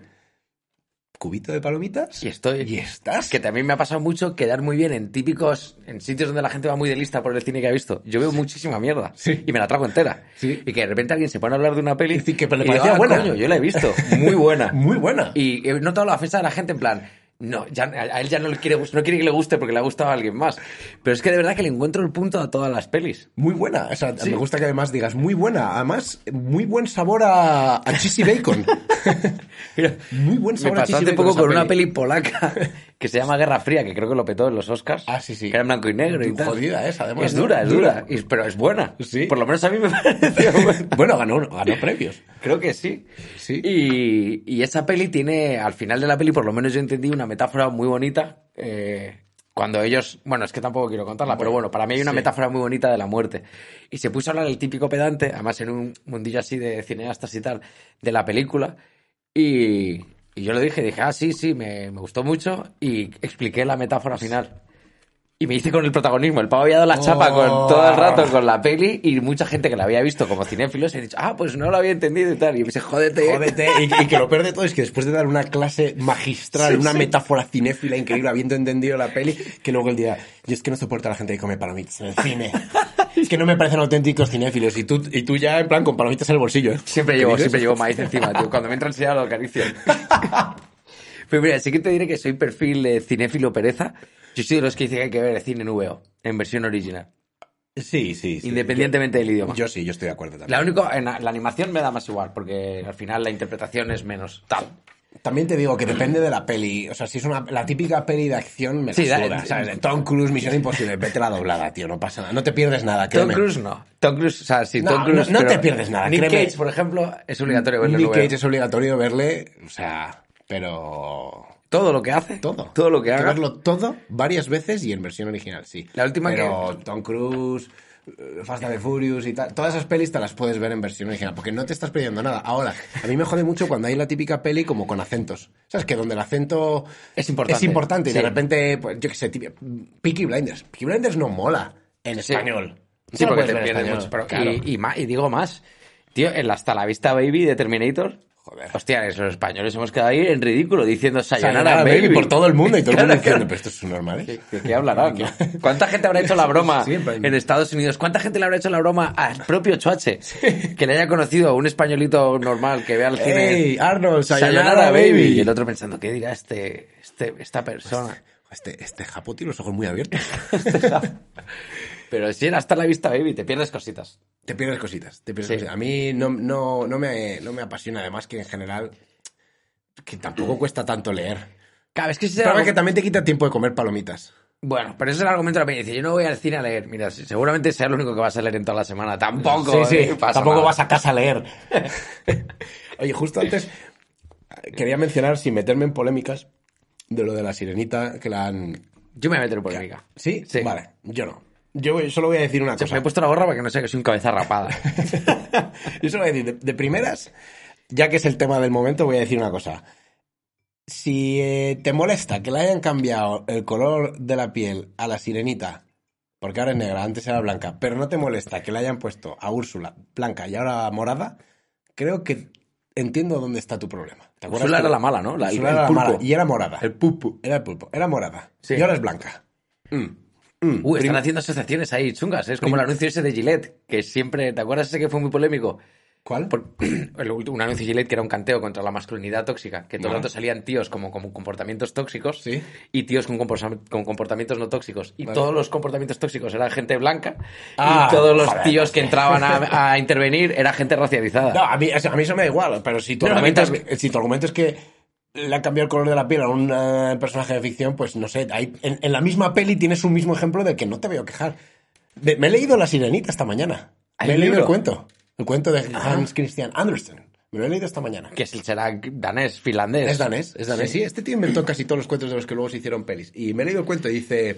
¿Cubito de palomitas? Y estoy... ¿Y estás? Que también me ha pasado mucho quedar muy bien en típicos, en sitios donde la gente va muy de lista por el cine que ha visto. Yo veo muchísima mierda Sí. y me la trago entera. Sí. Y que de repente alguien se pone a hablar de una peli Y dice que le digo, parecía "Ah, buena". coño, yo la he visto, muy buena. Muy buena. Y he notado la ofensa de la gente en plan, no, ya, a a él ya no le quiere, gust- no quiere que le guste porque le ha gustado a alguien más. Pero es que de verdad que le encuentro el punto a todas las pelis. Muy buena. O sea, me gusta que además digas muy buena. Además, muy buen sabor a, a cheesy bacon. muy buen Me sabor a pasó cheesy hace bacon. poco esa con una peli polaca que se llama Guerra Fría, que creo que lo petó en los Oscars. Ah, sí, sí. Que era en blanco y negro y tal. Jodida ¿eh? esa, además, Es ¿no? dura, es Dura. dura. y- pero es buena. Sí. Por lo menos a mí me pareció buena. Bueno, ganó, ganó premios. Creo que sí. Sí. Y, y esa peli tiene, al final de la peli, por lo menos yo entendí una metáfora muy bonita. eh, cuando ellos, bueno, es que tampoco quiero contarla, pero bueno, para mí hay una metáfora muy bonita de la muerte. Y se puso a hablar el típico pedante, además en un mundillo así de cineastas y tal, de la película. Y, y yo le dije, dije, ah, sí, sí, me, me gustó mucho. Y expliqué la metáfora final. Y me hice con el protagonismo. El pavo había dado la chapa con todo el rato con la peli y mucha gente que la había visto como cinéfilos he dicho, ah, pues no lo había entendido y tal. Y me dice, jódete. ¿eh? Jódete. Y, y que lo peor de todo es que después de dar una clase magistral, una metáfora cinéfila increíble, habiendo entendido la peli, que luego él dirá, yo es que no soporto a la gente que come palomitas en el cine. Es que no me parecen auténticos cinéfilos. Y tú, y tú ya, en plan, con palomitas en el bolsillo. Siempre ¿Qué llevo, dices? siempre llevo maíz encima, tío. Cuando me entran ya lo acaricio. Pero Pues mira, sí que te diré que soy perfil de cinéfilo pereza. Yo soy de los que dicen que hay que ver el cine en VO, en versión original. Sí, sí, sí. Independientemente del idioma. Yo sí, yo estoy de acuerdo también. La único, en la, la animación me da más igual, porque al final la interpretación es menos tal. También te digo que depende de la peli. O sea, si es una, la típica peli de acción, me la Sí, da- eh, suda, ¿sabes? De Tom Cruise, Misión Imposible, vete la doblada, tío, no pasa nada. No te pierdes nada, Tom créeme. Cruise no. Tom Cruise, o sea, sí, No, Tom Cruise. no- no pero te pierdes nada, Nick créeme. Cage, por ejemplo, es obligatorio verlo. en Nick VO. Cage es obligatorio verle, o sea, pero... Todo lo que hace. Todo. Todo lo que Hay haga. verlo todo varias veces y en versión original, sí. La última pero Tom Cruise, eh, Fast and the Furious y tal, todas esas pelis te las puedes ver en versión original, porque no te estás perdiendo nada. Ahora, a mí me jode mucho cuando hay la típica peli como con acentos. ¿Sabes? Que donde el acento... Es importante. Es importante. Y de Sí. repente, pues, yo qué sé, tibia- Peaky Blinders. Peaky Blinders no mola en Sí. español. No Sí, la porque puedes te ver en pierdes español, mucho. pero- claro. y, y ma- y digo más. Tío, el hasta la vista baby de Terminator. Joder. Hostia, los españoles hemos quedado ahí en ridículo diciendo sayonara, Sayonara, baby, baby por todo el mundo y todo el mundo Claro, diciendo, claro. pero esto es normal. ¿eh? ¿De qué hablarán? no? ¿Cuánta gente habrá hecho la broma Siempre hay- en Estados Unidos? ¿Cuánta gente le habrá hecho la broma al propio Chuache? Que le haya conocido a un españolito normal que vea el cine. Ey, Arnold, sayonara, Y el baby. otro pensando, ¿qué dirá este, este, esta persona? Este, este japo tiene los ojos muy abiertos. Pero si era hasta la vista, baby, te pierdes cositas. Te pierdes cositas, te pierdes Sí. cositas. A mí no, no, no, me, no me apasiona, además que en general que Mm. tampoco cuesta tanto leer. Claro, es que ese Pero era es que algo- también te quita tiempo de comer palomitas. Bueno, pero ese es el argumento de la peña. Dice, yo no voy al cine a leer. Mira, si- seguramente sea lo único que vas a leer en toda la semana. Tampoco. eh, pasa nada. a casa a leer. Oye, justo antes quería mencionar, sin meterme en polémicas, de lo de la sirenita que la han... Yo me voy a meter en polémica. ¿Sí? Sí. Vale, yo no. Yo voy- solo voy a decir una O sea, cosa. me he puesto la gorra para que no sea que soy un cabeza rapada. Yo solo voy a decir, de, de primeras, ya que es el tema del momento, voy a decir una cosa. Si eh, te molesta que le hayan cambiado el color de la piel a la sirenita, porque ahora es negra, antes era blanca, pero no te molesta que le hayan puesto a Úrsula blanca y ahora morada, creo que entiendo dónde está tu problema. ¿Te acuerdas Úrsula que- era la mala, ¿no? La- el- Úrsula el era la mala pulpo. y era morada. El pupu. Era el pulpo, era morada. Sí. Y ahora es blanca. Uy, están haciendo asociaciones ahí chungas. ¿eh? Es como el anuncio ese de Gillette, que siempre, ¿te acuerdas ese que fue muy polémico? ¿Cuál? Por, el ulti- un anuncio de Gillette que era un canteo contra la masculinidad tóxica, que todo el rato salían tíos como, como comportamientos tóxicos Sí. y tíos con, comporsa- con comportamientos no tóxicos. Y Vale. todos los comportamientos tóxicos eran gente blanca Ah, y todos los joder, tíos que entraban a, a intervenir era gente racializada. No, a mí, o sea, a mí eso me da igual, pero si tu, No, a mí argumento es, también. que- si tu argumento es que le han cambiado el color de la piel a un eh, personaje de ficción, pues no sé, hay- en, en la misma peli tienes un mismo ejemplo del que no te veo quejar. De- me he leído La Sirenita esta mañana. ¿Hay Me he un leído el libro? cuento. El cuento de Ah. Hans Christian Andersen. Me lo he leído esta mañana. Que será danés, finlandés. Es danés, es danés. Sí. Sí. este tío inventó casi todos los cuentos de los que luego se hicieron pelis. Y me he leído el cuento y dice...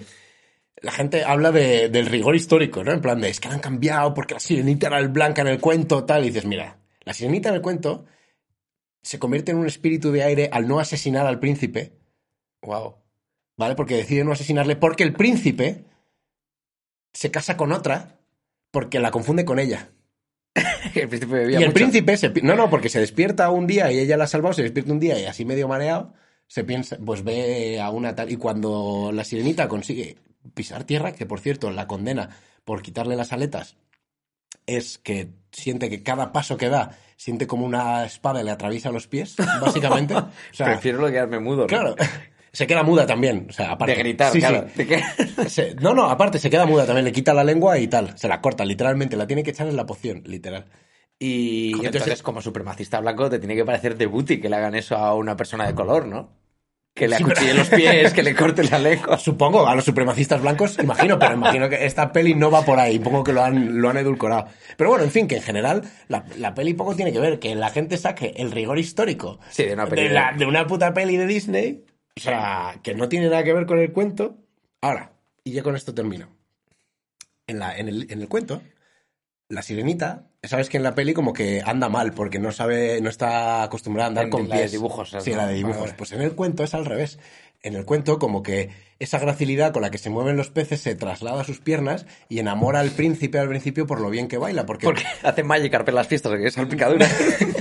La gente habla de- del rigor histórico, ¿no? En plan de, es que la han cambiado porque la sirenita era el blanca en el cuento, tal. Y dices, mira, la sirenita en el cuento se convierte en un espíritu de aire al no asesinar al príncipe, Guau. ¿vale? Porque decide no asesinarle porque el príncipe se casa con otra porque la confunde con ella. El príncipe bebía Y el mucho. príncipe, se, pi- no, no, porque se despierta un día y ella la ha salvado, se despierta un día y así medio mareado, se piensa, pues ve a una tal. Y cuando la sirenita consigue pisar tierra, que por cierto la condena por quitarle las aletas, es que siente que cada paso que da, siente como una espada le atraviesa los pies, básicamente. O sea, Prefiero lo quedarme mudo. ¿no? claro, se queda muda también. O sea, aparte. De gritar, Sí, sí. claro. Te que- Se- no, no, aparte se queda muda también, le quita la lengua y tal. Se la corta, literalmente, la tiene que echar en la poción, literal. Y Y entonces, entonces, como supremacista blanco, te tiene que parecer de booty que le hagan eso a una persona de color, ¿no? Que le Sí, pero- acuchille los pies, que le corte la lengua. supongo, a los supremacistas blancos, imagino, pero imagino que esta peli no va por ahí, pongo que lo han, lo han edulcorado. Pero bueno, en fin, que en general la, la peli poco tiene que ver, que la gente saque el rigor histórico Sí, de una de, película. la- de una puta peli de Disney, o sea, que no tiene nada que ver con el cuento. Ahora, y ya con esto termino. En, la, en, el, en el cuento, la sirenita, sabes que en la peli como que anda mal porque no sabe, no está acostumbrada a andar En con la de pies. dibujos, Sí, ¿no? la de dibujos. Vale, vale. Pues en el cuento es al revés. En el cuento como que esa gracilidad con la que se mueven los peces se traslada a sus piernas y enamora al príncipe al principio por lo bien que baila. Porque, Porque hace Magic Carpet las fiestas, que es salpicadura.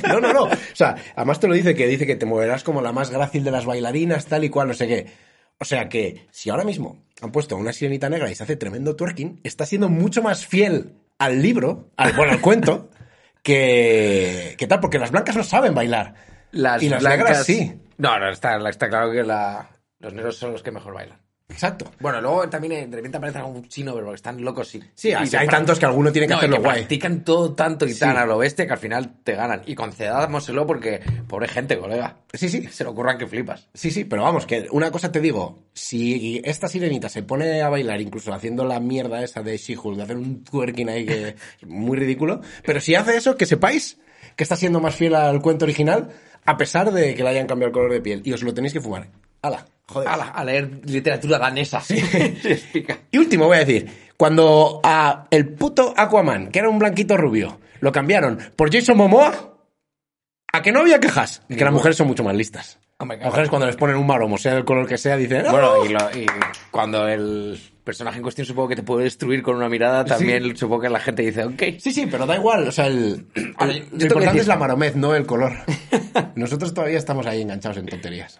no, no, no. O sea, además te lo dice que dice que te moverás como la más grácil de las bailarinas, tal y cual, no sé qué. O sea que si ahora mismo han puesto a una sirenita negra y se hace tremendo twerking, está siendo mucho más fiel al libro, al bueno, al cuento, que, que tal, porque las blancas no saben bailar. Las y las blancas negras sí. No, no, está, está claro que la- los negros son los que mejor bailan. Exacto. Bueno, luego también eh, de repente aparece algún chino, pero porque están locos, sí. Sí, Y así te hay pra- tantos que alguno tiene que No, y hacerlo guay. practican todo tanto y Sí. tan a lo bestia que al final te ganan. Y concedámoselo porque, pobre gente, colega. Sí, sí. Se le ocurran que flipas. Sí, sí, pero vamos, que una cosa te digo, si esta sirenita se pone a bailar incluso haciendo la mierda esa de She-Hulk, de hacer un twerking ahí que es muy ridículo, pero si hace eso, que sepáis que está siendo más fiel al cuento original a pesar de que le hayan cambiado el color de piel y os lo tenéis que fumar. ¡Hala! Joder. Ala, a leer literatura danesa. Sí. explica. Y último voy a decir, cuando a el puto Aquaman, que era un blanquito rubio, lo cambiaron por Jason Momoa, ¿a que no había quejas? Es que las mujeres son mucho más listas. Hombre, Las mujeres cuando les ponen un maromo, sea del color que sea, dicen... "Ah, Bueno, y, lo- y cuando el personaje en cuestión supongo que te puede destruir con una mirada, también supongo que la gente dice, ok. Sí, sí, pero da igual. O sea, el, A ver, el- yo lo tengo que importante decir- es la maromez, no el color. Nosotros todavía estamos ahí enganchados en tonterías.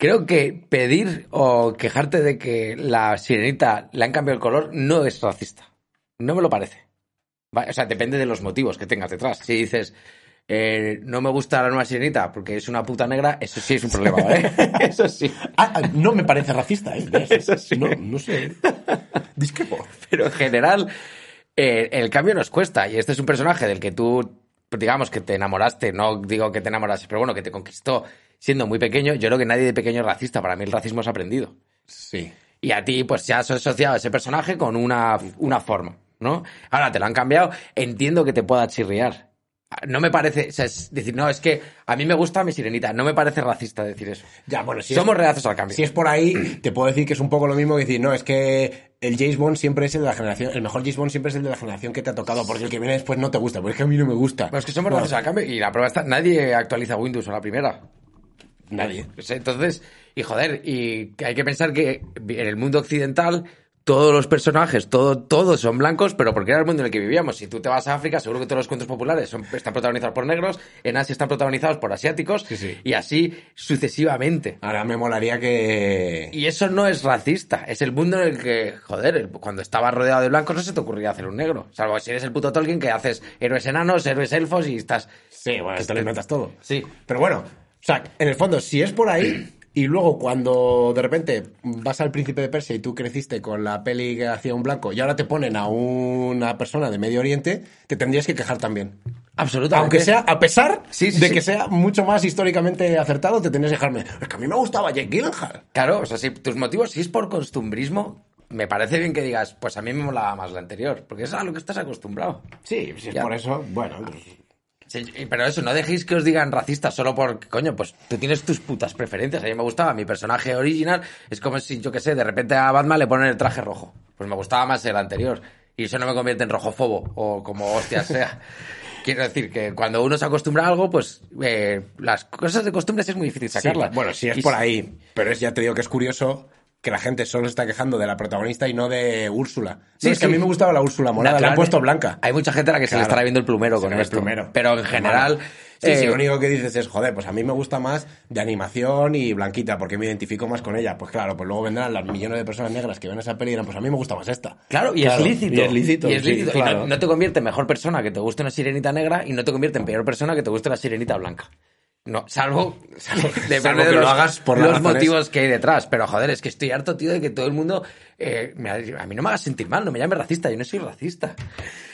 Creo que pedir o quejarte de que la sirenita le han cambiado el color no es racista. No me lo parece. Va- O sea, depende de los motivos que tengas detrás. Si dices, eh, no me gusta la nueva sirenita porque es una puta negra, eso sí es un problema, ¿vale? eso sí. Ah, ah, no me parece racista, ¿eh? ¿Ves? Eso sí. No, no sé. Discrepo. Pero en general, eh, el cambio nos cuesta. Y este es un personaje del que tú, pues, digamos, que te enamoraste. No digo que te enamoraste, pero bueno, que te conquistó siendo muy pequeño. Yo creo que nadie de pequeño es racista. Para mí el racismo es aprendido. Sí. Y a ti, pues, se has asociado ese personaje con una, una forma, ¿no? Ahora te lo han cambiado. Entiendo que te pueda chirriar. No me parece... O sea, es decir, no, es que a mí me gusta mi sirenita. No me parece racista decir eso. Ya, bueno, si Somos es, reacios al cambio. si es por ahí, te puedo decir que es un poco lo mismo que decir, no, es que el James Bond siempre es el de la generación, el mejor James Bond siempre es el de la generación que te ha tocado, porque el que viene después no te gusta, porque es que a mí no me gusta. Pero es que somos Bueno, reacios al cambio. Y la prueba está... Nadie actualiza Windows a la primera. Nadie. Pues, Entonces, y joder, y que hay que pensar que en el mundo occidental todos los personajes, todo, todos son blancos, pero porque era el mundo en el que vivíamos. Si tú te vas a África, seguro que todos los cuentos populares son- están protagonizados por negros, en Asia están protagonizados por asiáticos, Sí, sí. y así sucesivamente. Ahora me molaría que... Y eso no es racista, es el mundo en el que, joder, el- cuando estaba rodeado de blancos no se te ocurría hacer un negro. Salvo si eres el puto Tolkien que haces héroes enanos, héroes elfos y estás... Sí, bueno, esto lo inventas todo. Sí. Pero bueno, o sea, en el fondo, si es por ahí, y luego cuando de repente vas al príncipe de Persia y tú creciste con la peli que hacía un blanco y ahora te ponen a una persona de Medio Oriente, te tendrías que quejar también. Absolutamente. Aunque sea, a pesar Sí, sí, de sí. que sea mucho más históricamente acertado, te tendrías que dejarme. Es que a mí me gustaba Jake Gyllenhaal. Claro, o sea, si tus motivos, si es por costumbrismo, me parece bien que digas, pues a mí me molaba más la anterior, porque es a lo que estás acostumbrado. Sí, si es Ya. por eso, bueno. pues, Sí, y- pero eso, no dejéis que os digan racistas solo porque, coño, pues tú tienes tus putas preferencias. A mí me gustaba mi personaje original. Es como si, yo qué sé, de repente a Batman le ponen el traje rojo. Pues me gustaba más el anterior. Y eso no me convierte en rojofobo o como hostia sea. Quiero decir que cuando uno se acostumbra a algo, pues eh, las cosas de costumbres es muy difícil sí, sacarlas. bueno, si Y es por ahí. Pero es, ya te digo que es curioso que la gente solo está quejando de la protagonista y no de Úrsula. No, Sí, es que a sí. mí me gustaba la Úrsula morada, la han Naturalmente, puesto blanca. Hay mucha gente a la que se le Claro. estará viendo el plumero Se con le ve el esto. plumero. Pero en general. Sí, sí, eh, lo único que dices es, joder, pues a mí me gusta más de animación y blanquita, porque me identifico más con ella. Pues claro, pues luego vendrán las millones de personas negras que ven esa peli y dirán, pues a mí me gusta más esta. Claro, y Claro, es lícito. y es lícito, Y, es sí, lícito. Y no- claro. no, te convierte en mejor persona que te guste una sirenita negra y no te convierte en peor persona que te guste la sirenita blanca. No, salvo, salvo, depende Salvo que de lo los, hagas por los las razones. motivos que hay detrás. Pero joder, es que estoy harto, tío, de que todo el mundo. eh, me- a mí no me hagas sentir mal, no me llames racista, yo no soy racista.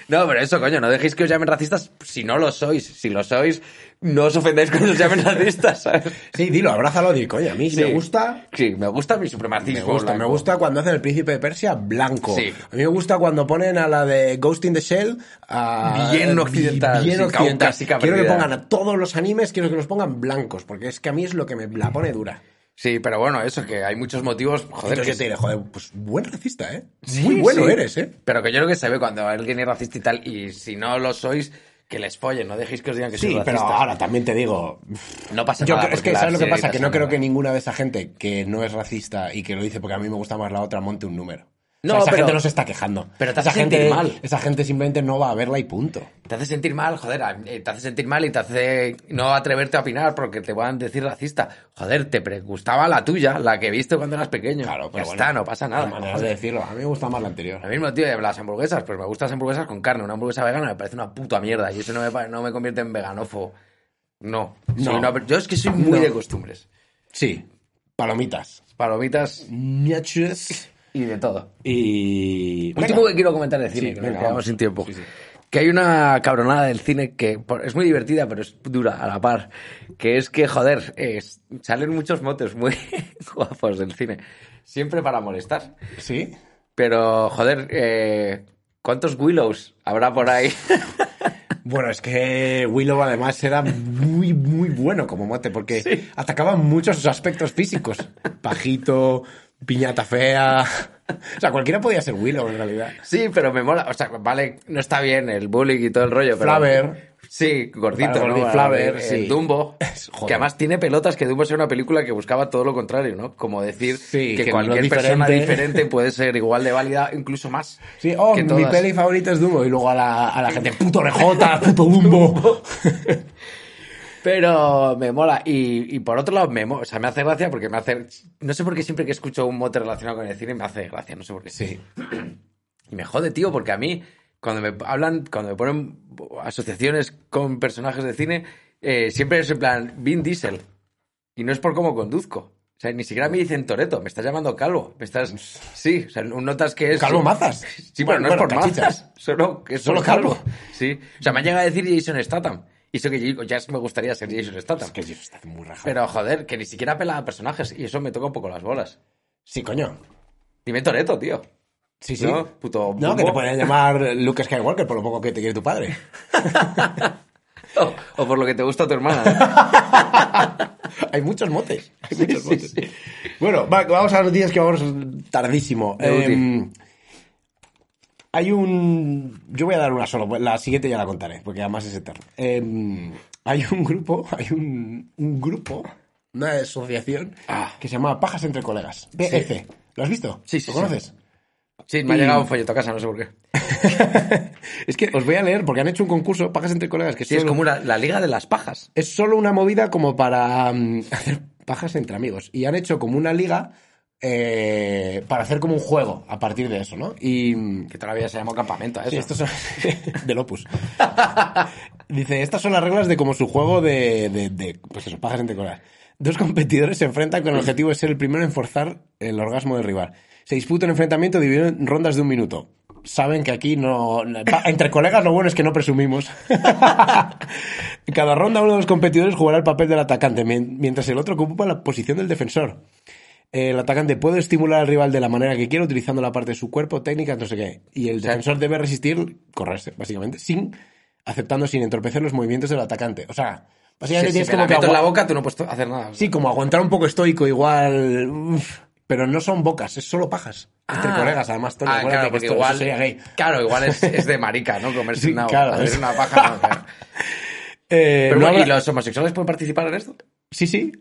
No, pero eso, coño, no dejéis que os llamen racistas si no lo sois. Si lo sois, no os ofendáis cuando os llamen racistas, ¿sabes? Sí, dilo, abrázalo, di, coño, a mí Sí. me gusta... Sí, me gusta mi supremacismo. Me gusta, me blanco. gusta cuando hacen el príncipe de Persia blanco. Sí. A mí me gusta cuando ponen a la de Ghost in the Shell a- Bien occidental, Bien sí, occidental. caucásica Quiero que perdida. pongan a todos los animes, quiero que los pongan blancos, porque es que a mí es lo que me la pone dura. Sí, pero bueno, eso, que hay muchos motivos. Joder, Entonces que yo te diré, joder, pues buen racista, ¿eh? Sí, Muy bueno sí. eres, ¿eh? Pero que yo creo que se ve cuando alguien es racista y tal, y si no lo sois, que les follen, no dejéis que os digan que Sí, sois pero racistas. ahora también te digo. No pasa Yo nada. creo, es porque que, las ¿sabes lo que pasa? señoritas Que no son creo negras. que ninguna de esa gente que no es racista y que lo dice porque a mí me gusta más la otra monte un número. O sea, No, esa pero- gente no se está quejando. pero te esa hace gente, sentir mal. esa gente simplemente no va a verla y punto. Te hace sentir mal, joder, a- eh, te hace sentir mal y te hace no atreverte a opinar porque te van a decir racista. Joder, te pre- gustaba la tuya, la que viste cuando eras pequeño. Claro, pero ya bueno, está, no pasa nada. Hay maneras de decirlo. A mí me gusta más la anterior. Lo mismo, tío, de las hamburguesas, pero me gustan las hamburguesas con carne. Una hamburguesa vegana me parece una puta mierda y eso no me, pa- no me convierte en veganófobo. No. Soy No. una- yo es que soy muy No. de costumbres. Sí. Palomitas. Palomitas Ñaches. y de todo. Y. Último Venga. que quiero comentar del cine, Sí, que venga, nos quedamos vamos. sin tiempo. Sí, sí. Que hay una cabronada del cine que por- es muy divertida, pero es dura a la par. Que es que, joder, es- salen muchos motes muy guapos del cine. Siempre para molestar. Sí. Pero, joder, eh, ¿cuántos Willows habrá por ahí? Bueno, es que Willow además era muy, muy bueno como mote, porque atacaba muchos aspectos físicos. Pajito, piñata fea. O sea, cualquiera podía ser Willow en realidad. Sí, pero me mola. O sea, vale, no está bien el bullying y todo el rollo, pero. Flaver. Sí, gordito, Vale, ¿no? gordi- Flaver, Eh, sí. Dumbo. Joder. Que además tiene pelotas que Dumbo sea una película que buscaba todo lo contrario, ¿no? Como decir Sí, que, que cualquier no persona diferente. diferente puede ser igual de válida, incluso más. Sí, oh, que mi todas. peli favorita es Dumbo. Y luego a la, a la gente, puto rejota, puto Dumbo. Pero me mola. Y, y por otro lado, me, mo- o sea, me hace gracia porque me hace. No sé por qué siempre que escucho un mote relacionado con el cine me hace gracia, no sé por qué. Sí. Y me jode, tío, porque a mí, cuando me hablan, cuando me ponen asociaciones con personajes de cine, eh, siempre es en plan Vin Diesel. Y no es por cómo conduzco. O sea, ni siquiera me dicen Toreto, me estás llamando Calvo. Me estás. Sí, o sea, notas que es. Calvo Mazas. Sí, pero Bueno, no es bueno, por cachichas. mazas. Solo, que es Solo por calvo. calvo. Sí. O sea, me han llegado a decir Jason Statham. Y eso que yo digo, ya me gustaría ser Jason Statham. Es que Dios, está muy rajado. Pero joder, que ni siquiera apela a personajes. Y eso me toca un poco las bolas. Sí, coño. Dime Toreto, tío. Sí, sí. No, puto No, que te Dumbo. pueden llamar Luke Skywalker por lo poco que te quiere tu padre. O, o por lo que te gusta a tu hermana. ¿eh? Hay muchos motes. Hay muchos sí, motes. sí. Bueno, va, vamos a las noticias que vamos tardísimo. De útil. Em, hay un. Yo voy a dar una solo, pues la siguiente ya la contaré, porque además es eterna. Em, hay un grupo, hay un, un grupo, una asociación Ah. que se llama Pajas entre Colegas. BF. ¿Lo has visto? Sí, sí, ¿Lo conoces? Sí, me ha Y- llegado un folleto a casa, no sé por qué. Es que os voy a leer porque han hecho un concurso, pagas entre colegas, que Sí, es solo- como la, la liga de las pajas. es solo una movida como para mm, hacer pajas entre amigos. Y han hecho como una liga eh, para hacer como un juego a partir de eso, ¿no? Y mm, Que todavía se llamó campamento, ¿eh? sí, estos son del Opus. Dice, estas son las reglas de como su juego de, de- de, pues eso, pajas entre colegas. Dos competidores se enfrentan con el objetivo de ser el primero en forzar el orgasmo del rival. Se disputa un enfrentamiento dividido en rondas de un minuto. Saben que aquí no... pa- Entre colegas lo bueno es que no presumimos. En cada ronda uno de los competidores jugará el papel del atacante, mien- mientras el otro ocupa la posición del defensor. El atacante puede estimular al rival de la manera que quiera, utilizando la parte de su cuerpo, técnica, no sé qué. Y el sea- defensor debe resistir, correrse, básicamente, sin aceptando, sin entorpecer los movimientos del atacante. O sea, Si- básicamente si tienes me la como que meto en la agua- boca, tú no puedes to- hacer nada. Sí, como aguantar un poco estoico, igual. uf, pero no son bocas, es solo pajas. Entre Ah. colegas, además, Tony, Ah, acuérdate claro, que porque esto- eso igual, sería gay. claro, igual es, es de marica, ¿no? Comerse Sí, una, claro, hacer es- una paja. ¿no? Claro. Eh, Pero no bueno, habrá- ¿y los homosexuales pueden participar en esto? Sí, sí.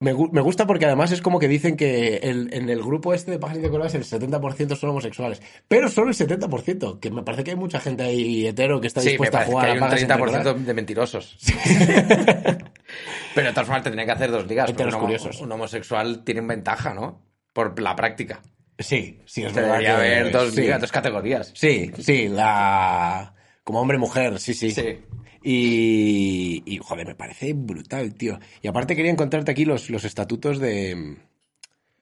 Me, gu- me gusta porque además es como que dicen que el- en el grupo este de páginas de colegas el 70% son homosexuales. Pero solo el 70%, que me parece que hay mucha gente ahí hetero que está Sí, me dispuesta a parece que jugar hay un a páginas de 30% colegas. de mentirosos. Pero de todas formas tendrían que hacer dos ligas. porque Heteros un, homo- curiosos. un homosexual tiene ventaja, ¿no? Por la práctica. Sí, sí, es verdad. Debería que- haber dos sí. ligas, dos categorías. Sí, sí, la... Como hombre-mujer, sí, sí. Sí. Y, y, joder, me parece brutal, tío. Y aparte quería encontrarte aquí los, los estatutos de,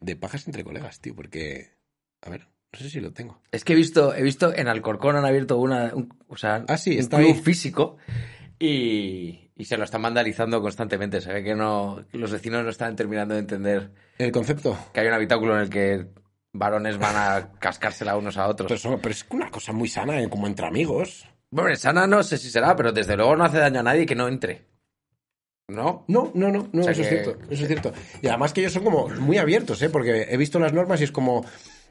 de pajas entre colegas, tío, porque... A ver, no sé si lo tengo. Es que he visto, he visto en Alcorcón han abierto una, un, o sea, Ah, sí, un está club ahí. físico y, y se lo están vandalizando constantemente. Se ve que no, que los vecinos no están terminando de entender El concepto. que hay un habitáculo en el que varones van a cascársela unos a otros. Pero, eso- pero es una cosa muy sana, ¿eh? como entre amigos. Bueno, sana no sé si será, pero desde luego no hace daño a nadie que no entre. ¿No? No, no, no, no O sea eso que- es cierto, eso es cierto. Y además que ellos son como muy abiertos, ¿eh? porque he visto las normas y es como,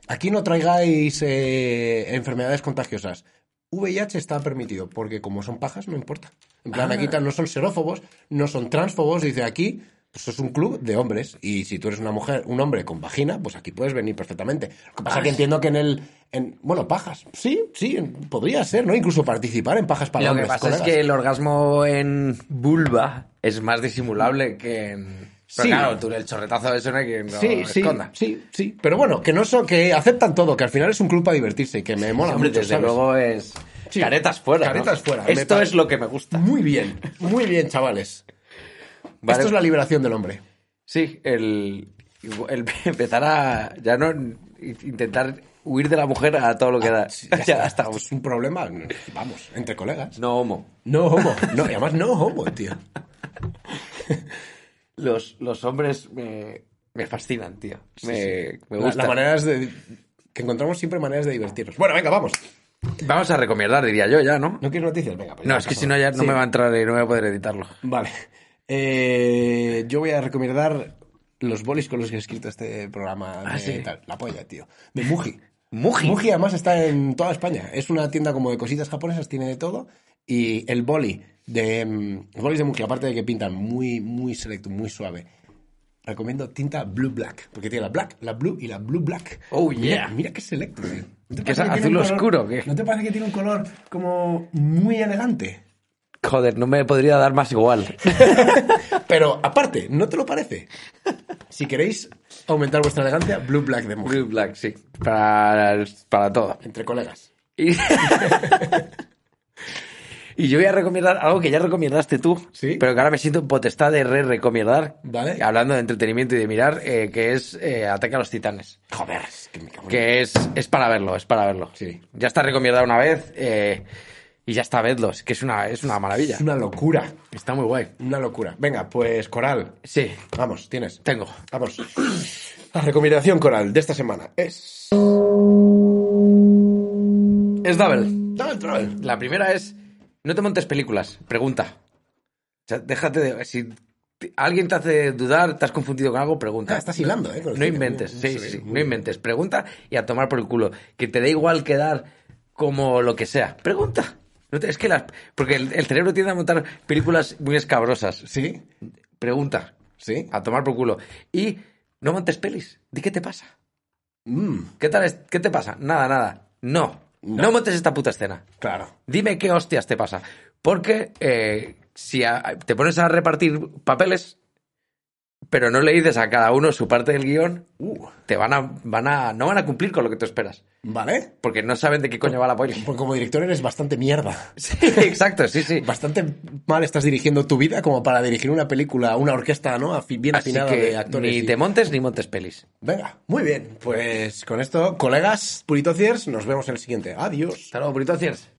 aquí no traigáis eh, enfermedades contagiosas. VIH está permitido, porque como son pajas, no importa. En plan, aquí tal, no son xerófobos, no son transfobos, dice aquí, pues es un club de hombres. Y si tú eres una mujer, un hombre con vagina, pues aquí puedes venir perfectamente. Lo que pasa es que entiendo que en el... En, bueno, pajas, sí, sí, podría ser, ¿no? Incluso participar en pajas para Lo que hombres. pasa es colegas. que el orgasmo en vulva es más disimulable que en... Pero Sí. claro, tú el chorretazo de eso no hay que no sí, sí, esconda. sí, sí. Pero bueno, que no so, que aceptan todo, que al final es un club para divertirse y que me mola Hombre, mucho, desde ¿sabes? luego es... Sí. Caretas fuera. ¿no? Caretas fuera. Me Esto pare- es lo que me gusta. Muy bien, muy bien, chavales. Vale. Esto es la liberación del hombre. Sí, el, el empezar a... Ya no... Intentar huir de la mujer a todo lo que da. Ah, Sí, Ya, está. está. Esto es un problema, vamos, entre colegas. No homo. No homo, no, y además no homo, tío. Los, los hombres me, me fascinan, tío. Me, me La- gusta. Las maneras de... Que encontramos siempre maneras de divertirnos. Bueno, venga, vamos. Vamos a recomendar, diría yo ya, ¿no? ¿No quieres noticias? Venga. pues No, ya es que pasa si no nada. ya no Sí. me va a entrar y no voy a poder editarlo. Vale. Eh, yo voy a recomendar los bolis con los que he escrito este programa. Ah, de sí. tal. La polla, tío. De Muji. Muji. Muji además está en toda España. Es una tienda como de cositas japonesas, tiene de todo. Y el boli de... mm, Los bolis de Muji, aparte de que pintan muy, muy selecto, muy suave. Recomiendo tinta Blue Black, porque tiene la Black, la Blue y la Blue Black. Oh, Mira- yeah. Mira, qué selecto, tío. ¿No te Que es parece tiene azul un color- oscuro, ¿qué? ¿No te parece que tiene un color como muy elegante? Joder, no me podría dar más igual. Pero aparte, ¿no te lo parece? Si queréis aumentar vuestra elegancia, Blue Black de mujer. Blue Black, sí. Para, para todo. Entre colegas. Y... Y yo voy a recomendar algo que ya recomendaste tú, Sí. pero que ahora me siento en potestad de re-recomendar, Vale. hablando de entretenimiento y de mirar, eh, que es eh, Ataque a los Titanes. Joder, es que me cago en- Que es, es para verlo, es para verlo. Sí. Ya está recomendado una vez eh, y ya está, vedlo. Es que es una, es una maravilla. Es una locura. Está muy guay. Una locura. Venga, pues Coral. Sí, Vamos, tienes. tengo. Vamos. La recomendación Coral de esta semana es... Es Double. Dame el troll. La primera es, no te montes películas, pregunta. O sea, déjate de... Si te- alguien te hace dudar, te has confundido con algo, pregunta. Ah, estás hilando, ¿eh? con el No cine. inventes, sí, Muy- sí, sí, muy no inventes. Pregunta y a tomar por el culo. Que te dé igual quedar como lo que sea. Pregunta. No te- es que las... Porque el, el cerebro tiende a montar películas muy escabrosas. Sí, Pregunta. sí. A tomar por culo. Y no montes pelis. Di qué te pasa. Mm, ¿Qué tal? es- ¿Qué te pasa? Nada, nada. No, no, No. montes esta puta escena. claro. Dime qué hostias te pasa. Porque eh, si a- te pones a repartir papeles, pero no le dices a cada uno su parte del guión, Uh, te van a, van a, no van a cumplir con lo que tú esperas. ¿Vale? Porque no saben de qué coño va la poli. Porque como director eres bastante mierda. Sí, exacto, sí, sí. Bastante mal estás dirigiendo tu vida como para dirigir una película, una orquesta, ¿no? Afi- Bien Así afinada de que actores. ni y- te montes ni montes pelis. Venga, muy bien. Pues con esto, colegas puritociers, nos vemos en el siguiente. Adiós. Hasta luego, Puritociers.